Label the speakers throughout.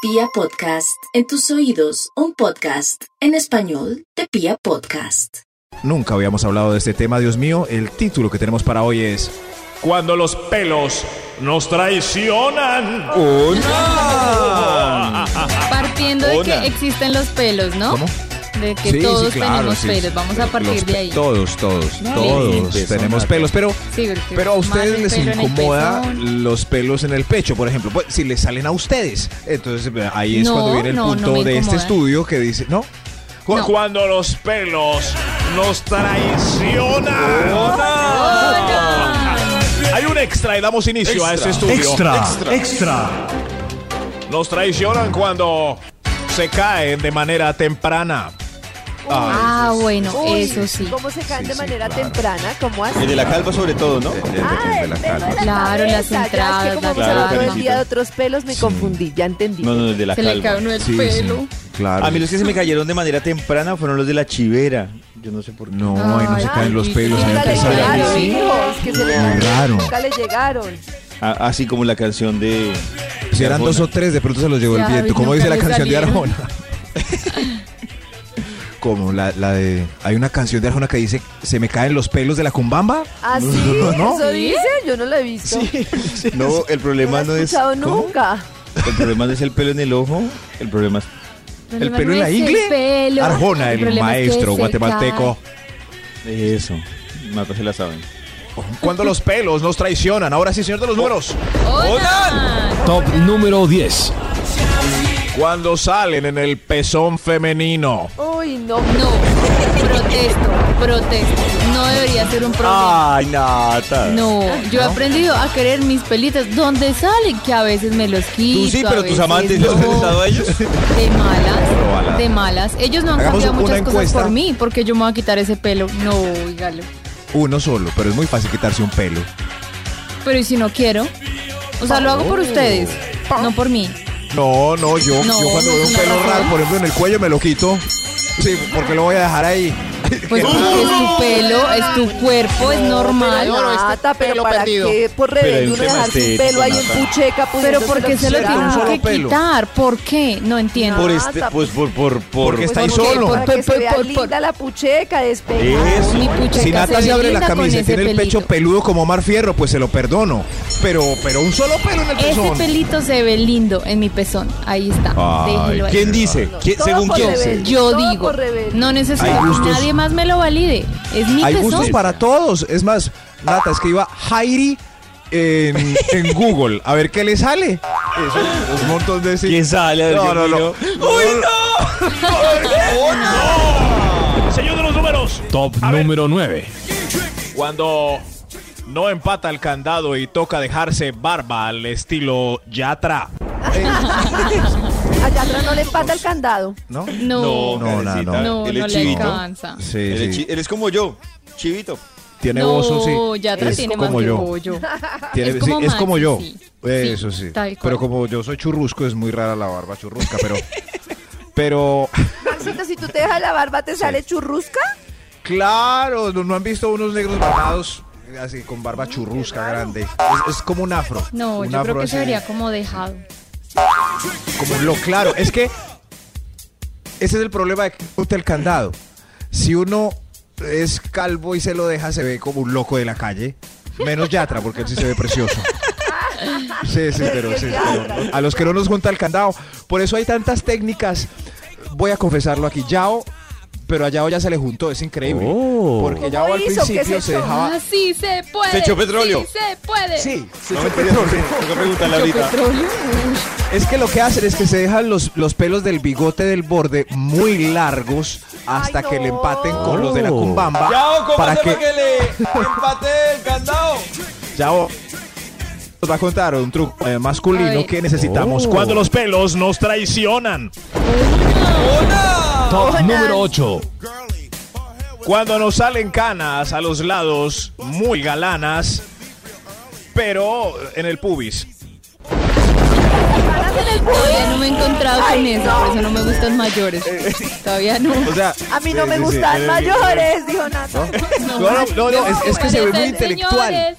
Speaker 1: Pia Podcast, en tus oídos, un podcast en español de Pia Podcast.
Speaker 2: Nunca habíamos hablado de este tema, Dios mío. El título que tenemos para hoy es
Speaker 3: Cuando los pelos nos traicionan.
Speaker 2: Un
Speaker 4: Partiendo de
Speaker 2: Hola.
Speaker 4: que existen los pelos, ¿no?
Speaker 2: ¿Cómo?
Speaker 4: De que todos tenemos pelos. Vamos a partir
Speaker 2: Los
Speaker 4: de
Speaker 2: pe-
Speaker 4: ahí.
Speaker 2: Todos, todos,
Speaker 4: No,
Speaker 2: todos
Speaker 3: sí.
Speaker 2: tenemos pelos, pero
Speaker 4: Sí, porque
Speaker 2: pero a
Speaker 4: más
Speaker 2: ustedes
Speaker 4: el
Speaker 2: les
Speaker 4: pelo en el
Speaker 2: incomoda
Speaker 4: pezón.
Speaker 2: los pelos en el pecho, por ejemplo, Pues, si les salen a ustedes. Entonces eh, ahí es
Speaker 4: No,
Speaker 2: cuando viene el
Speaker 4: no, no
Speaker 2: punto
Speaker 4: me
Speaker 2: de este
Speaker 4: incomoda.
Speaker 2: estudio que dice, ¿no?
Speaker 3: Cu-
Speaker 4: No.
Speaker 3: Cuando los pelos nos traicionan. Hay un extra y damos inicio a este estudio.
Speaker 5: Extra, extra.
Speaker 3: Nos traicionan cuando se caen de manera temprana.
Speaker 4: Ah, bueno,
Speaker 6: Uy,
Speaker 4: eso sí.
Speaker 6: ¿Cómo se caen
Speaker 2: Sí,
Speaker 6: de
Speaker 2: sí,
Speaker 6: manera
Speaker 2: claro.
Speaker 6: temprana? ¿Cómo así?
Speaker 5: El de la calva sobre todo, ¿no?
Speaker 2: El- el-
Speaker 6: Ah,
Speaker 2: el de la
Speaker 6: el pelo
Speaker 2: calva.
Speaker 6: de la
Speaker 4: Claro, las
Speaker 6: cabeza. Ya,
Speaker 4: entradas,
Speaker 6: es que
Speaker 4: la
Speaker 6: como me habló
Speaker 5: barba.
Speaker 6: el día de otros pelos me confundí, ya entendí.
Speaker 5: No, no, el de la
Speaker 4: Se le cae
Speaker 5: calva.
Speaker 4: uno el
Speaker 2: Sí, sí,
Speaker 4: pelo.
Speaker 2: claro.
Speaker 5: A mí los que se me cayeron de manera temprana fueron los de la chivera. Yo no sé por qué.
Speaker 2: No, ahí no
Speaker 4: Ay,
Speaker 2: se caen los
Speaker 4: sí,
Speaker 2: pelos,
Speaker 4: sí,
Speaker 2: ahí
Speaker 6: Nunca le
Speaker 2: empieza la
Speaker 6: llegaron,
Speaker 2: crisis.
Speaker 6: hijo, es que se le
Speaker 2: Muy raro.
Speaker 6: Nunca le llegaron.
Speaker 5: A- Ah, así como la canción de.
Speaker 2: Si eran dos o tres, de pronto se los llevó el
Speaker 4: Ya,
Speaker 2: viento.
Speaker 4: David,
Speaker 2: Como dice
Speaker 4: nunca
Speaker 2: la
Speaker 4: le
Speaker 2: canción de
Speaker 4: salieron.
Speaker 2: Arjona. Como la, la de. Hay una canción de Arjona que dice: Se me caen los pelos de la cumbamba.
Speaker 4: Ah,
Speaker 6: ¿Así?
Speaker 2: ¿No?
Speaker 6: ¿Ah, ¿Eso dice? Yo no lo he visto.
Speaker 5: No, el
Speaker 6: No
Speaker 5: problema
Speaker 6: lo
Speaker 5: no
Speaker 6: he
Speaker 5: es.
Speaker 6: escuchado
Speaker 5: ¿Cómo?
Speaker 6: nunca.
Speaker 5: El problema no es el pelo en el ojo. El problema es.
Speaker 2: El pelo en
Speaker 4: no
Speaker 2: la
Speaker 4: es
Speaker 2: ingle.
Speaker 4: el pelo.
Speaker 2: Arjona, el,
Speaker 4: problema es que
Speaker 2: maestro
Speaker 4: se
Speaker 2: guatemalteco.
Speaker 5: Eso. Mata se la saben.
Speaker 2: Cuando los pelos nos traicionan. Ahora sí, señor
Speaker 4: Oh.
Speaker 2: de los números.
Speaker 4: cae. ¡Hola!
Speaker 3: Top número 10. Cuando salen en el pezón femenino.
Speaker 6: Uy, no.
Speaker 4: No, protesto, protesto. No debería ser un
Speaker 2: Ah.
Speaker 4: problema.
Speaker 5: Ay, Nata.
Speaker 4: No, yo he aprendido a querer mis pelitos. ¿Dónde salen? Que a veces me los quito.
Speaker 5: Tú sí,
Speaker 4: a
Speaker 5: pero tus
Speaker 4: veces
Speaker 5: amantes los has
Speaker 4: no.
Speaker 5: besado a ellos.
Speaker 4: De
Speaker 2: Pero a la-
Speaker 4: malas, de malas. Ellos no han
Speaker 2: Hagamos
Speaker 4: cambiado
Speaker 2: una
Speaker 4: muchas cosas
Speaker 2: encuesta.
Speaker 4: por mí, porque yo me voy a quitar ese pelo. No, oígalo.
Speaker 2: Uno Uh, solo, pero es muy fácil quitarse un pelo.
Speaker 4: Pero ¿y si no quiero? O sea, lo hago
Speaker 2: Oh.
Speaker 4: por ustedes, no por mí.
Speaker 2: No, no, yo,
Speaker 4: No,
Speaker 2: yo cuando veo un
Speaker 4: no,
Speaker 2: pelo
Speaker 4: no.
Speaker 2: raro, por ejemplo, en el cuello me lo quito. Sí, porque lo voy a dejar ahí.
Speaker 4: Pues porque es tu pelo, es tu cuerpo, es normal. este
Speaker 6: Nata, pero ¿para qué por rebelde
Speaker 5: un
Speaker 6: uno
Speaker 5: tema
Speaker 6: dejar su
Speaker 5: estético,
Speaker 6: pelo ahí en
Speaker 5: Nata.
Speaker 6: pucheca? Pues
Speaker 4: Pero
Speaker 6: eso
Speaker 4: ¿por qué se lo
Speaker 6: quisiera.
Speaker 2: un solo
Speaker 4: tienen que
Speaker 2: pelo.
Speaker 4: quitar? ¿Por qué? No entiendo.
Speaker 5: Por este.
Speaker 6: Nata.
Speaker 5: Pues por. por, por
Speaker 2: Porque está ahí
Speaker 6: Pues porque
Speaker 2: solo.
Speaker 6: Para que se
Speaker 4: Por-
Speaker 6: vea
Speaker 4: por-
Speaker 6: linda la pucheca, despejada.
Speaker 5: Eso.
Speaker 4: Mi pucheca
Speaker 2: Si Nata se
Speaker 4: ve
Speaker 2: abre la
Speaker 4: linda con
Speaker 2: camisa y
Speaker 4: ese
Speaker 2: tiene el
Speaker 4: pelito.
Speaker 2: pecho peludo como Mar Fierro, pues se lo perdono. Pero, pero un solo pelo en el
Speaker 4: Ese
Speaker 2: pezón.
Speaker 4: pelito se ve lindo en mi pezón. Ahí está.
Speaker 2: Ay,
Speaker 4: Déjelo ahí.
Speaker 5: ¿Quién dice?
Speaker 6: No,
Speaker 5: ¿Quién-
Speaker 6: todo
Speaker 5: ¿Según
Speaker 6: por
Speaker 5: quién?
Speaker 6: rebelde.
Speaker 4: Yo
Speaker 6: Todo
Speaker 4: digo,
Speaker 6: por rebelde.
Speaker 4: no necesito
Speaker 2: Hay
Speaker 4: que
Speaker 2: gustos-
Speaker 4: nadie más me lo valide. Es mi
Speaker 2: Hay
Speaker 4: pezón.
Speaker 2: gustos para todos. Es más, Nata, escriba Jairi en, en Google. A ver qué le sale. Eso, un montón de sí.
Speaker 5: ¿Quién sale? A ver,
Speaker 2: No,
Speaker 5: yo
Speaker 2: no, no.
Speaker 5: miro.
Speaker 3: Señor de los números. Top número 9. Cuando no empata el candado y toca dejarse barba al estilo Yatra.
Speaker 6: A Yatra no le empata el candado.
Speaker 2: ¿No?
Speaker 4: No, no,
Speaker 2: no, no.
Speaker 5: Karencita,
Speaker 4: no,
Speaker 5: él es
Speaker 4: le
Speaker 5: chivito.
Speaker 4: alcanza.
Speaker 2: Sí,
Speaker 5: Él es
Speaker 2: sí.
Speaker 5: chi- él es como yo. Chivito.
Speaker 2: Tiene
Speaker 4: no,
Speaker 2: bozo, sí.
Speaker 4: ya
Speaker 2: es
Speaker 4: tiene
Speaker 2: como
Speaker 4: más que
Speaker 2: yo.
Speaker 4: pollo.
Speaker 2: Tiene- sí,
Speaker 4: Es
Speaker 2: es,
Speaker 4: como
Speaker 2: como
Speaker 4: Maxi,
Speaker 2: yo.
Speaker 4: sí.
Speaker 2: Eso
Speaker 4: Sí,
Speaker 2: sí.
Speaker 4: tal cual.
Speaker 2: Pero como yo soy churrusco, es muy rara la barba churrusca, pero. Pero.
Speaker 6: Maxito, si tú te dejas la barba, ¿te sale churrusca?
Speaker 2: Claro, ¿no, no han visto unos negros barbados así con barba churrusca grande? Es, es como un afro.
Speaker 4: No,
Speaker 2: un
Speaker 4: yo
Speaker 2: afro
Speaker 4: creo que
Speaker 2: así,
Speaker 4: se vería como dejado.
Speaker 2: como lo claro. Es que ese es el problema de que usted el candado. Si uno es calvo y se lo deja, se ve como un loco de la calle. Menos Yatra, porque él sí se ve precioso. Sí, sí, pero sí. pero a los que no nos junta el candado. Por eso hay tantas técnicas. Voy a confesarlo aquí. Yao, pero a Yao ya se le juntó. Es increíble. Porque Yao
Speaker 6: ¿Cómo
Speaker 2: al
Speaker 6: hizo? ¿Qué
Speaker 2: principio
Speaker 6: es
Speaker 2: se
Speaker 6: eso? Ah.
Speaker 2: dejaba.
Speaker 4: Así Ah, se puede.
Speaker 5: Se echó petróleo.
Speaker 4: Sí se puede.
Speaker 2: Sí, se
Speaker 5: No
Speaker 2: echó
Speaker 5: me
Speaker 2: petróleo.
Speaker 5: Tengo que preguntarle
Speaker 4: ¿Echó
Speaker 5: ahorita.
Speaker 4: petróleo? Uy,
Speaker 2: Es que lo que hacen es que se dejan los, los pelos del bigote del borde muy largos hasta
Speaker 6: Ay, no.
Speaker 2: que le empaten con los de la cumbamba.
Speaker 5: Yao, ¿cómo
Speaker 2: para
Speaker 5: hace
Speaker 2: que
Speaker 5: para que le empate el candado?
Speaker 2: Yao nos va a contar un truco eh,
Speaker 4: A
Speaker 2: masculino
Speaker 4: ver.
Speaker 2: que necesitamos
Speaker 3: Cuando
Speaker 2: cuando los
Speaker 3: los pelos nos traicionan.
Speaker 6: Top número
Speaker 3: 8. Cuando nos salen canas a los lados, muy galanas, pero en el pubis.
Speaker 4: Todavía no me he encontrado con eso, por eso no me gustan mayores. Todavía no.
Speaker 2: Eh, o sea,
Speaker 6: A mí no
Speaker 2: sí,
Speaker 6: me
Speaker 2: sí, sí.
Speaker 6: gustan mayores, dijo Nata.
Speaker 2: No, no, no, no, es, es que se ve muy
Speaker 4: Señores,
Speaker 2: intelectual.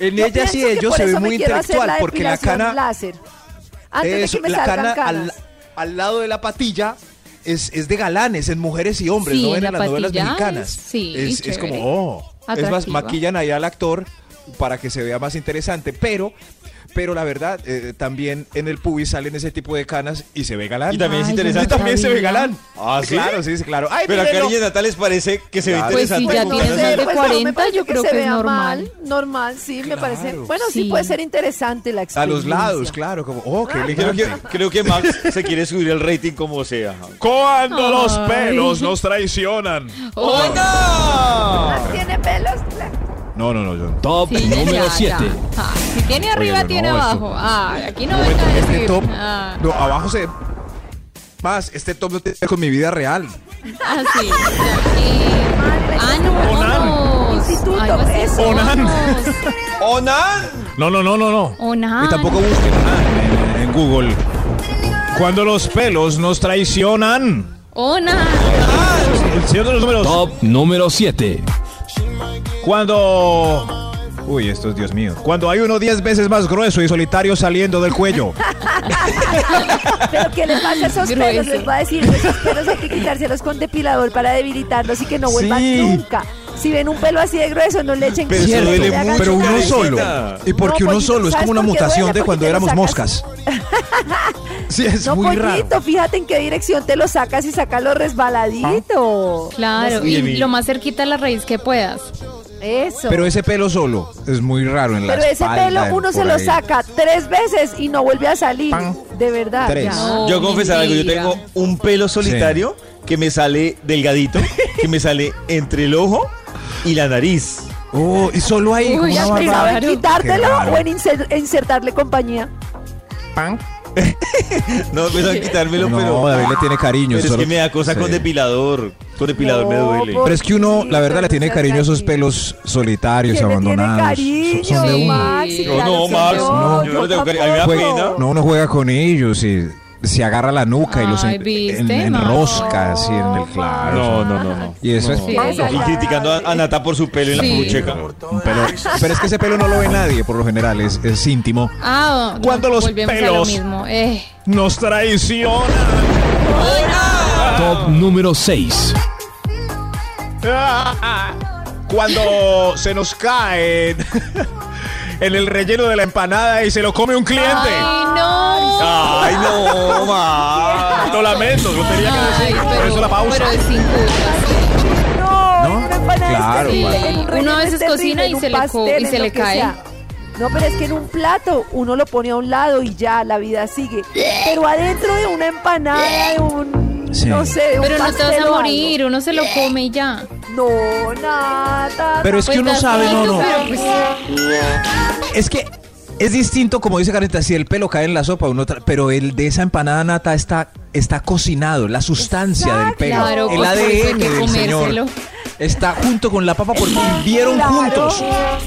Speaker 2: En
Speaker 6: Yo
Speaker 2: ella sí
Speaker 6: pienso que
Speaker 2: ellos
Speaker 6: por
Speaker 2: se ve
Speaker 6: eso me
Speaker 2: muy
Speaker 6: quiero hacer
Speaker 2: intelectual porque la
Speaker 6: depilación
Speaker 2: cana
Speaker 6: láser. Antes de que me
Speaker 2: la
Speaker 6: salgan
Speaker 2: cana al,
Speaker 6: canas.
Speaker 2: al lado de la patilla es, es de galanes, en mujeres y hombres,
Speaker 4: Sí,
Speaker 2: no ven
Speaker 4: la
Speaker 2: a las novelas
Speaker 4: patilla
Speaker 2: mexicanas.
Speaker 4: es- sí,
Speaker 2: es, es
Speaker 4: chévere.
Speaker 2: como, oh, es más,
Speaker 4: Atractiva.
Speaker 2: maquillan ahí al actor para que se vea más interesante, pero... Pero la verdad, eh, también en el pubis salen ese tipo de canas y se ve galán.
Speaker 5: Y también es Ay, yo interesante.
Speaker 2: Y también se ve
Speaker 4: sabía.
Speaker 2: galán.
Speaker 5: Ah, ¿sí?
Speaker 2: Claro, sí, sí, claro. Ay,
Speaker 5: Pero a
Speaker 2: mírenlo.
Speaker 5: Karina y Natal les parece que se ve
Speaker 2: Claro.
Speaker 4: Pues sí,
Speaker 5: interesante.
Speaker 4: ya
Speaker 5: como
Speaker 4: tienes más de
Speaker 5: ganas de-
Speaker 6: pues, no, me
Speaker 4: 40,
Speaker 6: parece
Speaker 4: yo
Speaker 6: que
Speaker 4: creo
Speaker 6: se
Speaker 4: que es
Speaker 6: vea
Speaker 4: normal.
Speaker 6: mal, normal, sí, me
Speaker 2: Claro.
Speaker 6: parece. Bueno, sí.
Speaker 4: Sí.
Speaker 6: puede ser interesante la
Speaker 2: A
Speaker 6: experiencia.
Speaker 2: los lados, claro, como, oh, qué
Speaker 5: Creo
Speaker 2: elegante.
Speaker 5: que, creo que Max se quiere subir el rating como sea.
Speaker 3: Cuando los
Speaker 4: Ay.
Speaker 3: pelos nos traicionan.
Speaker 2: Oh,
Speaker 6: Ah, ¿Tiene pelos?
Speaker 2: No, no, no, yo no.
Speaker 7: Top
Speaker 4: Sí, ya,
Speaker 7: número
Speaker 4: ya.
Speaker 7: 7.
Speaker 4: Ah, si tiene arriba,
Speaker 2: no,
Speaker 4: tiene
Speaker 2: esto-
Speaker 4: abajo. Ah, aquí no venga a
Speaker 2: Momento,
Speaker 4: decir.
Speaker 2: Este top.
Speaker 4: Ah,
Speaker 2: No, abajo se. Más, este top no tiene que ver con mi vida real.
Speaker 4: ah, sí. de Aquí. Ah, no,
Speaker 3: Onan.
Speaker 4: vámonos.
Speaker 6: Instituto,
Speaker 4: Algo así,
Speaker 6: eso.
Speaker 3: Onan.
Speaker 4: vámonos.
Speaker 5: ¡Onan!
Speaker 3: No, no, no, no, no.
Speaker 4: Onan.
Speaker 2: Y tampoco busquen.
Speaker 3: En- En Google. Cuando los pelos nos traicionan.
Speaker 4: Onan.
Speaker 3: El señor de los números.
Speaker 7: Top número 7.
Speaker 3: Cuando. Uy, esto es Dios mío. Cuando hay uno 10 veces más grueso y solitario saliendo del cuello.
Speaker 6: Pero que les pasa a esos
Speaker 4: Grueso.
Speaker 6: pelos, les va a decir, esos pelos hay que quitárselos con depilador para debilitarlos y que no vuelvan
Speaker 2: Sí.
Speaker 6: nunca. Si ven un pelo así de grueso, no le echen
Speaker 5: Pero
Speaker 6: química,
Speaker 5: eso
Speaker 6: no le
Speaker 5: duele
Speaker 6: hagan
Speaker 5: mucho,
Speaker 2: Pero uno
Speaker 6: chocolate.
Speaker 2: solo.
Speaker 5: Pobrecita.
Speaker 2: Y porque
Speaker 6: No,
Speaker 2: uno
Speaker 6: pollito,
Speaker 2: solo, es
Speaker 6: ¿sabes
Speaker 2: como una
Speaker 6: por qué
Speaker 2: mutación
Speaker 6: duele?
Speaker 2: de
Speaker 6: Porque
Speaker 2: cuando
Speaker 6: te lo
Speaker 2: éramos moscas.
Speaker 6: sacas.
Speaker 2: Sí, es
Speaker 6: No,
Speaker 2: muy raro.
Speaker 6: pollito, fíjate en qué dirección te lo sacas y sácalo resbaladito.
Speaker 4: Claro,
Speaker 5: Uy,
Speaker 4: y
Speaker 5: Emi.
Speaker 4: lo más cerquita a la raíz que puedas.
Speaker 6: Eso.
Speaker 2: Pero ese pelo solo es muy raro en la
Speaker 6: Pero ese
Speaker 2: espalda,
Speaker 6: pelo
Speaker 2: en-
Speaker 6: uno se
Speaker 2: por
Speaker 6: lo
Speaker 2: ahí.
Speaker 6: saca tres veces y no vuelve a salir.
Speaker 2: Pan.
Speaker 6: De verdad.
Speaker 2: Tres.
Speaker 6: ya.
Speaker 4: No,
Speaker 5: Yo confesar algo, yo
Speaker 4: mentira.
Speaker 5: tengo un pelo solitario que me sale delgadito, que me sale entre el ojo y la nariz.
Speaker 2: Oh, y solo ahí.
Speaker 4: Uy,
Speaker 2: como una
Speaker 4: ya
Speaker 6: ¿Y
Speaker 4: Qué
Speaker 2: barba.
Speaker 4: pensaba-
Speaker 6: saben
Speaker 4: raro.
Speaker 2: Qué
Speaker 6: quitártelo
Speaker 2: raro.
Speaker 6: o en inser- insertarle compañía?
Speaker 5: No, me saben quitármelo,
Speaker 2: No,
Speaker 5: pero,
Speaker 2: David le tiene cariño.
Speaker 5: pero es
Speaker 2: solo-
Speaker 5: que me da cosa con
Speaker 2: Sí.
Speaker 5: depilador. Con depilador me
Speaker 6: No,
Speaker 5: duele.
Speaker 6: por-
Speaker 2: Pero es que uno, la verdad, le tiene cariño a esos pelos solitarios,
Speaker 6: ¿Quién le tiene
Speaker 2: abandonados.
Speaker 6: cariño,
Speaker 2: Son de uno.
Speaker 6: Max? Sí,
Speaker 4: Yo
Speaker 6: claro
Speaker 5: Oh, no,
Speaker 6: que
Speaker 5: Max,
Speaker 2: no, Pues,
Speaker 5: yo no tengo cariño. A mí me da
Speaker 6: tampoco.
Speaker 5: pena.
Speaker 2: No, uno juega con ellos y se agarra la nuca y los en-
Speaker 4: Ay, ¿viste?
Speaker 2: en- enrosca así en el claro.
Speaker 5: No, no, no, no.
Speaker 2: Y eso es-
Speaker 4: Sí, es
Speaker 5: Y criticando a, a Nata por su pelo en
Speaker 4: Sí.
Speaker 5: la pucheca.
Speaker 2: Pero, pero es que ese pelo no lo ve nadie, por lo general, es, es íntimo.
Speaker 4: Ah, no,
Speaker 3: Cuando los
Speaker 4: volvemos a lo
Speaker 3: pelos-
Speaker 4: mismo. Eh,
Speaker 3: Nos traicionan.
Speaker 7: Top número 6.
Speaker 3: Cuando se nos caen en el relleno de la empanada y se lo come un cliente.
Speaker 4: Ay,
Speaker 3: Ah,
Speaker 4: no.
Speaker 5: Ay, no, ma.
Speaker 3: Lo lamento, lo tenía que
Speaker 4: Ay,
Speaker 3: decir. Por eso la
Speaker 4: pero,
Speaker 3: pausa.
Speaker 4: pero es sin culpa.
Speaker 2: ¿No?
Speaker 6: No, en una empanada
Speaker 2: Claro,
Speaker 6: es terrible,
Speaker 4: Max.
Speaker 6: en un
Speaker 4: Uno a
Speaker 6: relleno
Speaker 4: veces
Speaker 6: es terrible,
Speaker 4: cocina
Speaker 6: en
Speaker 4: y
Speaker 6: un
Speaker 4: se le co- y
Speaker 6: pastel,
Speaker 4: se
Speaker 6: en
Speaker 4: le
Speaker 6: lo que
Speaker 4: cae.
Speaker 6: sea. No, pero es que en un plato uno lo pone a un lado y ya la vida sigue. Pero adentro de una empanada, de un
Speaker 2: Sí.
Speaker 6: no sé, de un
Speaker 4: Pero no te vas
Speaker 6: pastel
Speaker 4: a
Speaker 6: o algo.
Speaker 4: morir, uno se lo come y ya.
Speaker 6: No, nada.
Speaker 2: Pero es que
Speaker 4: Pues
Speaker 2: uno
Speaker 4: da
Speaker 2: sabe, no,
Speaker 4: frito,
Speaker 2: no.
Speaker 4: pero pues-
Speaker 2: Es que es distinto, como dice Carita, si el pelo cae en la sopa, uno tra- pero el de esa empanada nata está, está cocinado, la sustancia del
Speaker 6: Exacto.
Speaker 2: pelo,
Speaker 4: Claro,
Speaker 2: el
Speaker 4: pues, por eso hay
Speaker 2: ADN
Speaker 4: que
Speaker 2: del
Speaker 4: comérselo.
Speaker 2: señor. Está junto con la papa porque vivieron
Speaker 6: Claro,
Speaker 2: juntos.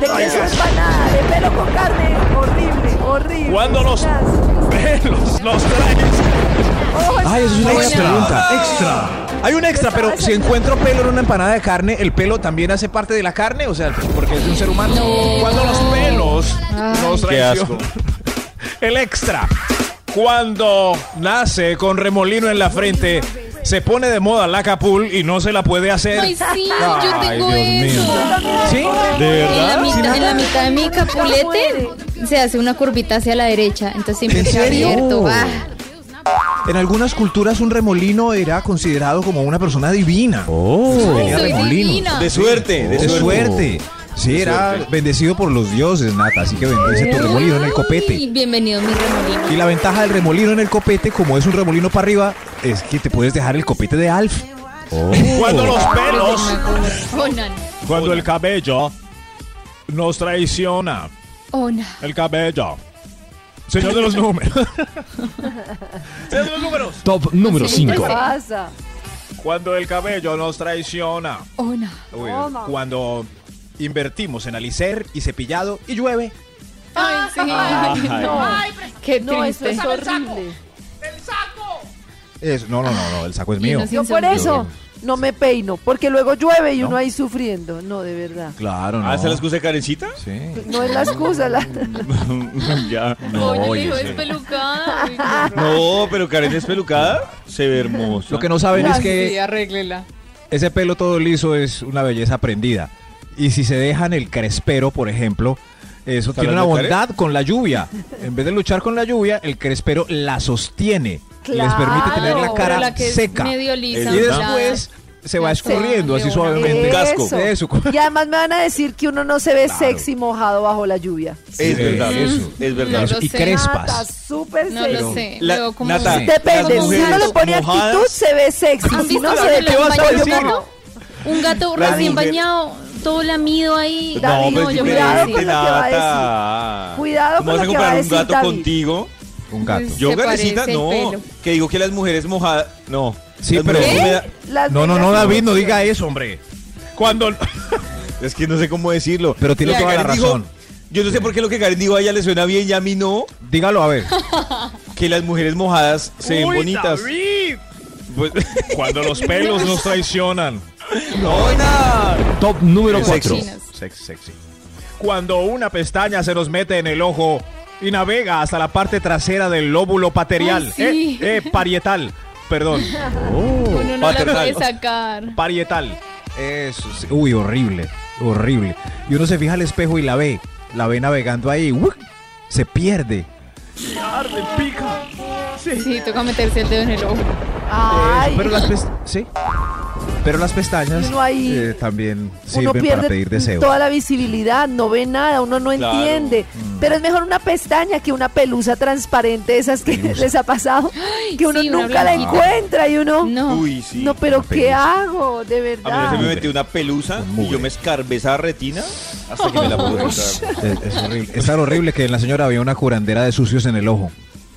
Speaker 6: De queso empanada, de pelo con carne, horrible, horrible.
Speaker 3: Cuando los
Speaker 6: Chas.
Speaker 3: pelos nos traicionan.
Speaker 6: Ojo,
Speaker 2: Ay, eso es una
Speaker 4: Buena.
Speaker 2: extra pregunta. Extra. Hay un extra, pero si encuentro pelo en una empanada de carne, ¿el pelo también hace parte de la carne? O sea, porque es de un ser humano.
Speaker 3: Cuando los pelos nos
Speaker 5: Qué asco.
Speaker 3: traicionan. El extra. Cuando nace con remolino en la frente, se pone de moda la capul y no se la puede hacer.
Speaker 4: Ay, sí, yo tengo
Speaker 3: Dios mío.
Speaker 4: eso.
Speaker 2: ¿Sí?
Speaker 4: En la,
Speaker 2: ¿Sí,
Speaker 4: mitad, en
Speaker 2: nada?
Speaker 4: la mitad de mi capulete se hace una curvita hacia la derecha, entonces siempre
Speaker 2: ¿En
Speaker 4: está
Speaker 2: serio?
Speaker 4: abierto. Ah,
Speaker 2: En algunas culturas un remolino era considerado como una persona divina. Oh,
Speaker 4: Ay, soy divina.
Speaker 5: De suerte, de,
Speaker 2: De
Speaker 5: suerte.
Speaker 2: suerte. Sí, era
Speaker 5: suerte.
Speaker 2: bendecido por los dioses, Nata, así que bendice tu remolino en el
Speaker 4: Uy,
Speaker 2: copete.
Speaker 4: Bienvenido mi remolino.
Speaker 2: Y la ventaja del remolino en el copete, como es un remolino para arriba, es que te puedes dejar el copete de Alf.
Speaker 3: Cuando los
Speaker 4: Pero
Speaker 3: pelos,
Speaker 4: se me Conan,
Speaker 3: cuando el cabello nos traiciona.
Speaker 4: Conan.
Speaker 3: El cabello. Señor de los números. Señor de los números.
Speaker 7: Top número
Speaker 4: Sí,
Speaker 7: 5.
Speaker 6: ¿Qué pasa?
Speaker 3: Cuando el cabello nos traiciona.
Speaker 4: Ona.
Speaker 3: Uy,
Speaker 6: Toma.
Speaker 3: cuando invertimos en alicer y cepillado y llueve.
Speaker 4: Ay, sí. no. Qué
Speaker 6: No, eso
Speaker 4: triste.
Speaker 6: es horrible.
Speaker 2: Eso, no, no, no, no, el saco es
Speaker 4: Y
Speaker 2: mío.
Speaker 4: no se-
Speaker 6: Yo por
Speaker 4: Insólito.
Speaker 6: eso no me peino, porque luego llueve y uno ahí sufriendo. No, de verdad.
Speaker 2: Claro, no.
Speaker 5: ¿Ah, esa es la excusa de Karencita?
Speaker 2: Sí.
Speaker 6: No es la excusa. la-
Speaker 5: ya.
Speaker 4: Oye,
Speaker 2: oye,
Speaker 4: dijo
Speaker 2: sí.
Speaker 4: despelucada. Uy,
Speaker 5: No, pero Karen despelucada se ve hermosa.
Speaker 2: Lo que no saben es
Speaker 4: Ay, sí,
Speaker 2: que
Speaker 4: arréglela.
Speaker 2: ese pelo todo liso es una belleza aprendida. Y si se dejan el crespero, por ejemplo, eso
Speaker 5: ¿Está
Speaker 2: tiene una
Speaker 5: hablando de
Speaker 2: bondad con la lluvia. En vez de luchar con la lluvia, el crespero la sostiene. Les permite tener la
Speaker 4: Claro,
Speaker 2: cara
Speaker 4: pero la que es
Speaker 2: seca.
Speaker 4: medio lisa,
Speaker 2: y
Speaker 5: ondulada.
Speaker 2: después se va
Speaker 4: Ya
Speaker 2: escurriendo
Speaker 4: sé,
Speaker 2: así
Speaker 4: de una
Speaker 2: suavemente.
Speaker 5: Un casco.
Speaker 2: Eso.
Speaker 6: Y además me van a decir que uno no se ve sexy mojado bajo la lluvia.
Speaker 5: Es
Speaker 2: Sí,
Speaker 5: verdad,
Speaker 2: eso.
Speaker 5: es verdad.
Speaker 4: No lo
Speaker 2: y
Speaker 4: sé.
Speaker 6: Nata,
Speaker 2: crespas.
Speaker 6: súper
Speaker 4: No
Speaker 6: sexy.
Speaker 4: lo sé.
Speaker 5: La-
Speaker 4: Veo como
Speaker 5: Nata,
Speaker 4: un-
Speaker 6: Depende,
Speaker 5: Las
Speaker 6: si uno
Speaker 5: mujeres
Speaker 6: le pone actitud
Speaker 5: mojadas-
Speaker 6: se ve sexy,
Speaker 4: ¿Han
Speaker 6: si
Speaker 4: visto
Speaker 6: no se
Speaker 4: cuando
Speaker 6: ve
Speaker 4: le
Speaker 2: ¿Qué vas a
Speaker 4: bañan
Speaker 2: decir?
Speaker 4: como Un gato
Speaker 5: Las
Speaker 4: recién
Speaker 5: mujeres-
Speaker 4: bañado, todo lamido ahí.
Speaker 6: No, David,
Speaker 5: pero
Speaker 6: no,
Speaker 5: es
Speaker 6: yo
Speaker 5: diferente,
Speaker 6: cuidado con lo que va a decir.
Speaker 5: Nata.
Speaker 6: Cuidado
Speaker 5: ¿Cómo
Speaker 6: con
Speaker 5: vas
Speaker 6: lo que va
Speaker 5: a comprar
Speaker 6: a
Speaker 5: un
Speaker 6: decir,
Speaker 5: gato
Speaker 6: David.
Speaker 5: contigo?
Speaker 2: Un gato.
Speaker 4: Se
Speaker 5: Yo, Karencita,
Speaker 4: parece el
Speaker 5: no.
Speaker 4: pelo.
Speaker 5: Que digo que las mujeres mojadas. No.
Speaker 2: Sí,
Speaker 5: Las
Speaker 2: pero-
Speaker 5: mujeres
Speaker 2: ¿Qué?
Speaker 5: húmedas-
Speaker 6: Las
Speaker 2: No, no, no,
Speaker 6: mujeres-
Speaker 2: David, no diga eso, hombre.
Speaker 3: Cuando.
Speaker 5: Es que no sé cómo decirlo.
Speaker 2: Pero tiene
Speaker 5: Lo que
Speaker 2: toda la
Speaker 5: Karen dijo-
Speaker 2: razón.
Speaker 5: yo no sé por qué lo que Karen dijo a ella le suena bien y a mí no.
Speaker 2: Dígalo, a ver.
Speaker 5: Que las mujeres mojadas se ven
Speaker 3: Uy,
Speaker 5: bonitas.
Speaker 3: David.
Speaker 5: Pues-
Speaker 3: Cuando los pelos nos traicionan.
Speaker 5: no, nada.
Speaker 7: Top número
Speaker 5: El
Speaker 7: 4.
Speaker 4: Chinas.
Speaker 3: Sexy, sexy. Cuando una pestaña se nos mete en el ojo y navega hasta la parte trasera del lóbulo paterial.
Speaker 4: Ay, sí.
Speaker 3: eh, eh, parietal. Perdón.
Speaker 4: Uno no la
Speaker 5: Paternal.
Speaker 4: puede sacar.
Speaker 3: Parietal.
Speaker 2: Eso, sí. Uy, horrible, horrible. Y uno se fija al espejo y la ve, la ve navegando ahí, ¡uic! se pierde.
Speaker 4: Sí, toca meterse el dedo en el ojo.
Speaker 6: Ay,
Speaker 2: Pero las pest- sí. Pero las pestañas
Speaker 6: Uno ahí-
Speaker 2: eh, también
Speaker 6: uno
Speaker 2: sirven
Speaker 6: pierde
Speaker 2: para pedir deseos.
Speaker 6: toda la visibilidad, no ve nada, uno no
Speaker 5: Claro.
Speaker 6: entiende.
Speaker 2: Mm.
Speaker 6: Pero es mejor una pestaña que una pelusa transparente, esas que les ha pasado, que uno
Speaker 4: sí, una
Speaker 6: nunca la
Speaker 4: blanquita.
Speaker 6: encuentra y uno...
Speaker 4: No.
Speaker 5: Uy, sí.
Speaker 6: No, pero
Speaker 2: una
Speaker 6: ¿qué
Speaker 2: pelusa. Ah,
Speaker 6: hago? De
Speaker 5: A mí no se me
Speaker 6: verdad.
Speaker 5: metió una pelusa
Speaker 2: Un
Speaker 5: y
Speaker 2: mugre.
Speaker 5: yo me escarbé esa retina hasta que me la pude sacar.
Speaker 2: Es, es horrible. Es tan horrible que en la señora había una curandera de sucios en el ojo.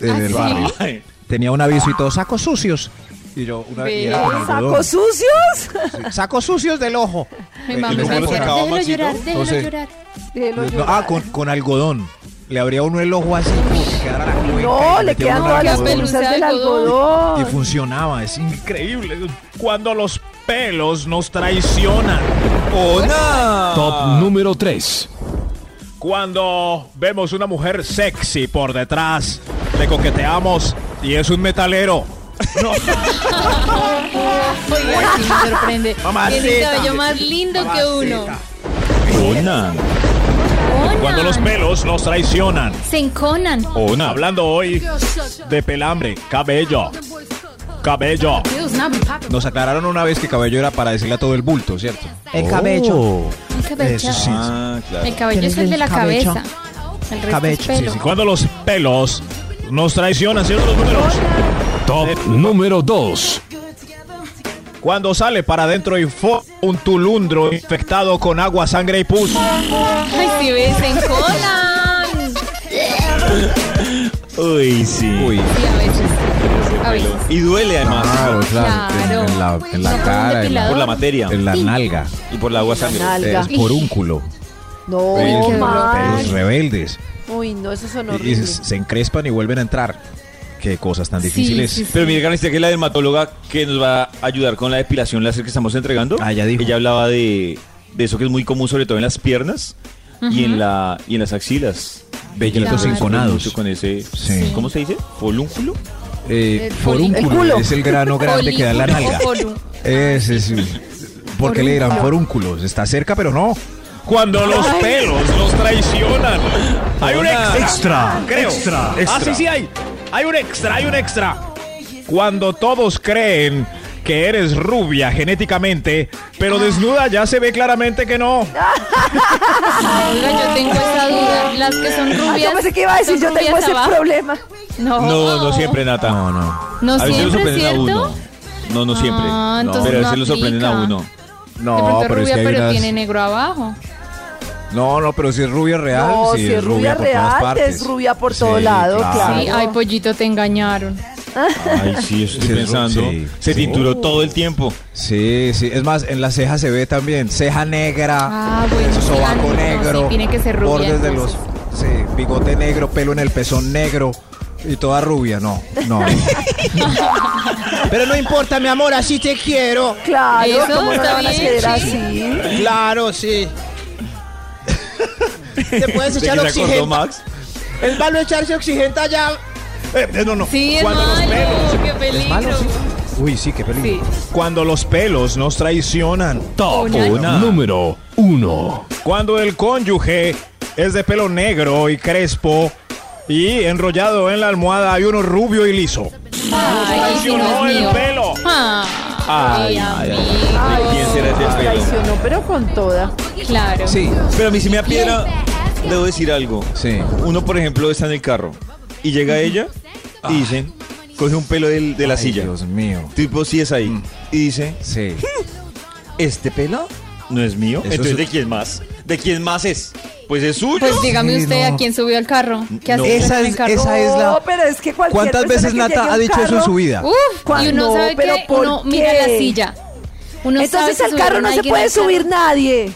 Speaker 2: en
Speaker 4: ¿Ah,
Speaker 2: el
Speaker 4: sí?
Speaker 2: barrio.
Speaker 5: Ay,
Speaker 2: Tenía un aviso y todo, sacos sucios. Y yo, una y era con algodón.
Speaker 6: ¿Sacos sucios?
Speaker 2: Sí, Sacos sucios del ojo.
Speaker 4: Mi
Speaker 5: ¿Y
Speaker 4: mamá me
Speaker 5: cómo lo
Speaker 4: decía,
Speaker 5: sacaba,
Speaker 4: déjelo
Speaker 5: Maxito?
Speaker 4: llorar, déjelo
Speaker 2: Entonces-
Speaker 4: llorar.
Speaker 6: Déjelo
Speaker 2: No, ah,
Speaker 6: llorar.
Speaker 2: con, con algodón. Le abría uno el ojo así como que quedara la cuenca.
Speaker 6: No,
Speaker 2: y
Speaker 6: le
Speaker 2: metía
Speaker 6: quedan
Speaker 2: uno
Speaker 6: todas
Speaker 2: el
Speaker 6: las
Speaker 4: algodón.
Speaker 6: pelusas del
Speaker 4: Pelusa de algodón.
Speaker 2: Y
Speaker 6: algodón.
Speaker 2: funcionaba, es increíble.
Speaker 3: Increíble. Cuando los pelos nos traicionan.
Speaker 5: ¡Hola!
Speaker 7: Top número 3.
Speaker 3: Cuando vemos una mujer sexy por detrás, le coqueteamos y es un metalero.
Speaker 4: Oiga, sí, me sorprende. Tiene el
Speaker 3: Mamacita.
Speaker 4: cabello más lindo que uno.
Speaker 5: ¡Hola!
Speaker 4: Conan.
Speaker 3: Cuando los pelos nos traicionan.
Speaker 4: Se enconan.
Speaker 3: Hablando hoy de pelambre, cabello. Cabello.
Speaker 4: Dios, no, mi papá.
Speaker 2: Nos aclararon una vez que cabello era para decirle a todo el bulto, ¿cierto? El
Speaker 5: cabello.
Speaker 3: Oh,
Speaker 4: El cabello.
Speaker 2: Eso sí.
Speaker 5: Ah,
Speaker 4: El
Speaker 5: claro.
Speaker 4: cabello es el de la cabeza. El resto
Speaker 2: Cabello,
Speaker 4: es
Speaker 2: sí,
Speaker 4: pelo.
Speaker 3: Y cuando los pelos nos traicionan, ¿cierto los números?
Speaker 7: Top número 2.
Speaker 3: Cuando sale para adentro y fue un tulundro infectado con agua, sangre y pus.
Speaker 4: Ay, si ves, se enconan.
Speaker 5: Uy, sí.
Speaker 4: Sí, a veces. A veces.
Speaker 5: Y duele además.
Speaker 4: claro, Claro. en la- en la No, cara, en la-
Speaker 5: Por la materia
Speaker 2: en la nalga,
Speaker 5: y por la agua sangre.
Speaker 6: Nalga.
Speaker 2: es porúnculo.
Speaker 6: No,
Speaker 2: Pelos-
Speaker 6: man.
Speaker 2: pelos rebeldes.
Speaker 6: Uy, no, esos son
Speaker 2: Y, y
Speaker 6: horribles.
Speaker 2: se encrespan y vuelven a entrar. Qué cosas tan difíciles.
Speaker 4: sí, sí.
Speaker 5: Pero mire, Karen, que la dermatóloga que nos va a ayudar con la depilación láser que estamos entregando.
Speaker 2: Ah, ya dijo.
Speaker 5: Ella hablaba de, de eso que es muy común, sobre todo en las piernas y, en la, y en las axilas.
Speaker 2: Vellitos
Speaker 5: Ella nos
Speaker 2: enconados.
Speaker 5: mucho Con ese,
Speaker 2: Sí.
Speaker 5: ¿Cómo se dice? ¿Folúnculo?
Speaker 2: Eh,
Speaker 4: El
Speaker 2: forúnculo
Speaker 6: folículo. El culo.
Speaker 2: es el grano grande que da en la
Speaker 4: Folículo
Speaker 2: nalga.
Speaker 4: o folu-
Speaker 2: Ese sí. ¿Por qué le dirán forúnculos? Está cerca, pero no.
Speaker 3: Cuando los
Speaker 6: Ay.
Speaker 3: pelos nos traicionan. Hay un extra. Extra. Creo.
Speaker 7: extra, extra.
Speaker 3: Ah, sí, sí hay. Hay un extra, hay un extra. Cuando todos creen que eres rubia genéticamente, eh, pero desnuda ya se ve claramente que no.
Speaker 4: Oiga, yo tengo esa duda. Las que son
Speaker 6: Ah,
Speaker 4: rubias.
Speaker 6: yo pensé que iba a decir,
Speaker 4: son
Speaker 6: yo tengo
Speaker 4: rubias
Speaker 6: ese
Speaker 4: abajo.
Speaker 6: problema.
Speaker 4: No,
Speaker 5: No, no siempre, Nata.
Speaker 2: No, no.
Speaker 4: Oh. No
Speaker 5: a veces lo
Speaker 4: siempre,
Speaker 5: sorprenden a
Speaker 4: ¿cierto?
Speaker 5: uno. No, no
Speaker 4: Ah,
Speaker 5: siempre.
Speaker 4: entonces
Speaker 5: pero
Speaker 4: no
Speaker 5: a veces lo sorprenden a
Speaker 4: aplica.
Speaker 5: uno.
Speaker 4: De pronto
Speaker 2: No,
Speaker 4: es
Speaker 2: pero es
Speaker 4: rubia,
Speaker 2: que hay
Speaker 4: pero
Speaker 2: unas-
Speaker 4: tiene negro abajo.
Speaker 2: No, no, pero si es rubia real,
Speaker 6: No,
Speaker 2: sí
Speaker 6: si es rubia
Speaker 2: por todas
Speaker 6: real,
Speaker 2: partes.
Speaker 6: es rubia por
Speaker 2: Sí,
Speaker 6: todo lado, claro.
Speaker 4: Sí, ay, pollito, te engañaron.
Speaker 5: Ay, sí, eso
Speaker 2: Sí,
Speaker 5: estoy pensando.
Speaker 2: sí,
Speaker 5: se
Speaker 2: sí.
Speaker 4: Oh.
Speaker 5: tinturó todo el tiempo.
Speaker 2: Sí, sí. Es más, en las cejas se ve también. Ceja negra,
Speaker 4: Ah, bueno,
Speaker 2: sobaco
Speaker 4: claro, no,
Speaker 2: negro,
Speaker 4: sí, tiene que ser rubia,
Speaker 2: bordes de los...
Speaker 4: entonces.
Speaker 2: Sí, bigote negro, pelo en el pezón negro. Y toda rubia, no, no.
Speaker 8: Pero no importa, mi amor, así te quiero.
Speaker 6: Claro,
Speaker 4: Eso
Speaker 6: ¿cómo no
Speaker 4: está
Speaker 6: la van a
Speaker 4: bien,
Speaker 6: querer
Speaker 4: sí.
Speaker 6: así?
Speaker 8: Claro, sí. Te
Speaker 4: Pues
Speaker 8: puedes echar
Speaker 5: ¿De qué se acordó
Speaker 8: oxigenta.
Speaker 5: Max?
Speaker 8: Es malo echarse oxigenta ya.
Speaker 3: Eh, no, no.
Speaker 4: Sí, es
Speaker 3: cuando, los pelos,
Speaker 4: malo, qué peligro.
Speaker 2: Uy, sí, qué peligro.
Speaker 4: Sí.
Speaker 3: cuando los pelos nos traicionan.
Speaker 4: Oh,
Speaker 7: Top
Speaker 3: Oh,
Speaker 5: Ah.
Speaker 3: Una.
Speaker 7: número 1.
Speaker 3: Cuando el cónyuge es de pelo negro y crespo y enrollado en la almohada hay uno rubio y liso.
Speaker 4: Ay, si no es
Speaker 3: el
Speaker 4: mío.
Speaker 3: pelo!
Speaker 4: Ay,
Speaker 6: Ay,
Speaker 5: ¿Quién
Speaker 4: amigo.
Speaker 5: será ese pelo?
Speaker 6: Traicionó, pero con toda.
Speaker 4: Claro.
Speaker 2: Sí,
Speaker 5: Pero a mí si me apiedra, debo decir algo.
Speaker 2: sí.
Speaker 5: Uno, por ejemplo, está en el carro y llega ella y dice, coge un pelo del- de la
Speaker 2: Ah. Ay,
Speaker 5: silla.
Speaker 2: Dios Mm. mío.
Speaker 5: Tipo, sí es ahí. Y dice,
Speaker 2: Sí.
Speaker 5: ¿este pelo no es mío?
Speaker 2: Eso
Speaker 5: Entonces,
Speaker 2: es-
Speaker 5: ¿de quién más? ¿De quién más es? Pues es suyo.
Speaker 4: Pues dígame
Speaker 2: Sí,
Speaker 4: usted
Speaker 2: no.
Speaker 4: a quién subió al carro. ¿Qué
Speaker 5: No.
Speaker 4: hace
Speaker 2: Esa
Speaker 4: en el
Speaker 2: es-
Speaker 4: carro?
Speaker 2: esa es la-
Speaker 6: No, pero es que cualquier
Speaker 2: ¿Cuántas
Speaker 6: persona
Speaker 2: veces
Speaker 6: que llegue
Speaker 2: Nata
Speaker 6: a
Speaker 2: ha
Speaker 6: un
Speaker 2: dicho eso en
Speaker 6: carro-
Speaker 2: su vida?
Speaker 4: Uf,
Speaker 6: ¿Cuál?
Speaker 4: y uno
Speaker 6: No,
Speaker 4: sabe
Speaker 6: pero
Speaker 4: que
Speaker 6: ¿por
Speaker 4: uno mira la
Speaker 6: qué?
Speaker 4: silla. Uno sabe
Speaker 6: Entonces
Speaker 4: si
Speaker 6: al
Speaker 4: subieron
Speaker 6: carro no se
Speaker 4: alguien
Speaker 6: puede
Speaker 4: al carro.
Speaker 6: subir nadie.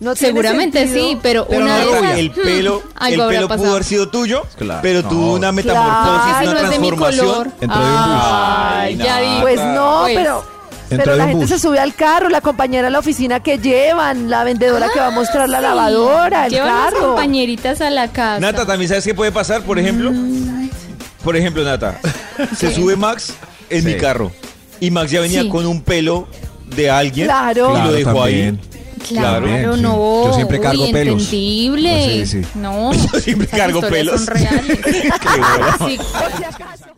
Speaker 6: No tiene
Speaker 4: Seguramente
Speaker 6: sentido.
Speaker 4: sí, pero,
Speaker 2: Pero
Speaker 4: una
Speaker 2: no,
Speaker 4: de esas.
Speaker 5: el
Speaker 4: hmm,
Speaker 5: pelo, el
Speaker 4: algo habrá
Speaker 5: pelo pudo
Speaker 4: pasado.
Speaker 5: haber sido tuyo,
Speaker 2: Claro.
Speaker 5: pero tuvo
Speaker 2: No.
Speaker 5: una metamorfosis,
Speaker 6: Claro,
Speaker 5: una
Speaker 4: no es de mi color.
Speaker 5: transformación.
Speaker 2: Entró de un bus.
Speaker 4: Ay, ya
Speaker 5: Ay,
Speaker 4: vi.
Speaker 6: Pues no,
Speaker 4: Pues,
Speaker 6: pero,
Speaker 2: Entró
Speaker 6: pero
Speaker 2: de
Speaker 6: la
Speaker 2: un
Speaker 6: gente
Speaker 2: bus.
Speaker 6: se sube al carro, la compañera a la oficina que llevan, la vendedora que va a mostrar la lavadora, el
Speaker 4: Ah, Llevan las
Speaker 6: carro.
Speaker 4: compañeritas a la casa.
Speaker 5: Nata, ¿también sabes qué puede pasar, por ejemplo?
Speaker 4: Mm,
Speaker 5: Por ejemplo, Nata, se sube Max en
Speaker 2: Sí.
Speaker 5: mi carro y Max ya venía
Speaker 4: Sí.
Speaker 5: con un pelo de alguien
Speaker 6: Claro.
Speaker 5: y
Speaker 2: Claro,
Speaker 5: lo dejó
Speaker 2: también.
Speaker 5: ahí.
Speaker 4: Claro,
Speaker 2: Claro, sí.
Speaker 4: no.
Speaker 2: Yo siempre cargo
Speaker 4: Uy,
Speaker 2: pelos.
Speaker 4: Entendible.
Speaker 2: Pues sí, sí.
Speaker 4: No.
Speaker 5: siempre
Speaker 4: esas
Speaker 5: cargo
Speaker 4: historias
Speaker 5: pelos.
Speaker 4: Son reales.
Speaker 5: Qué bola.
Speaker 4: Sí,
Speaker 6: Por si acaso.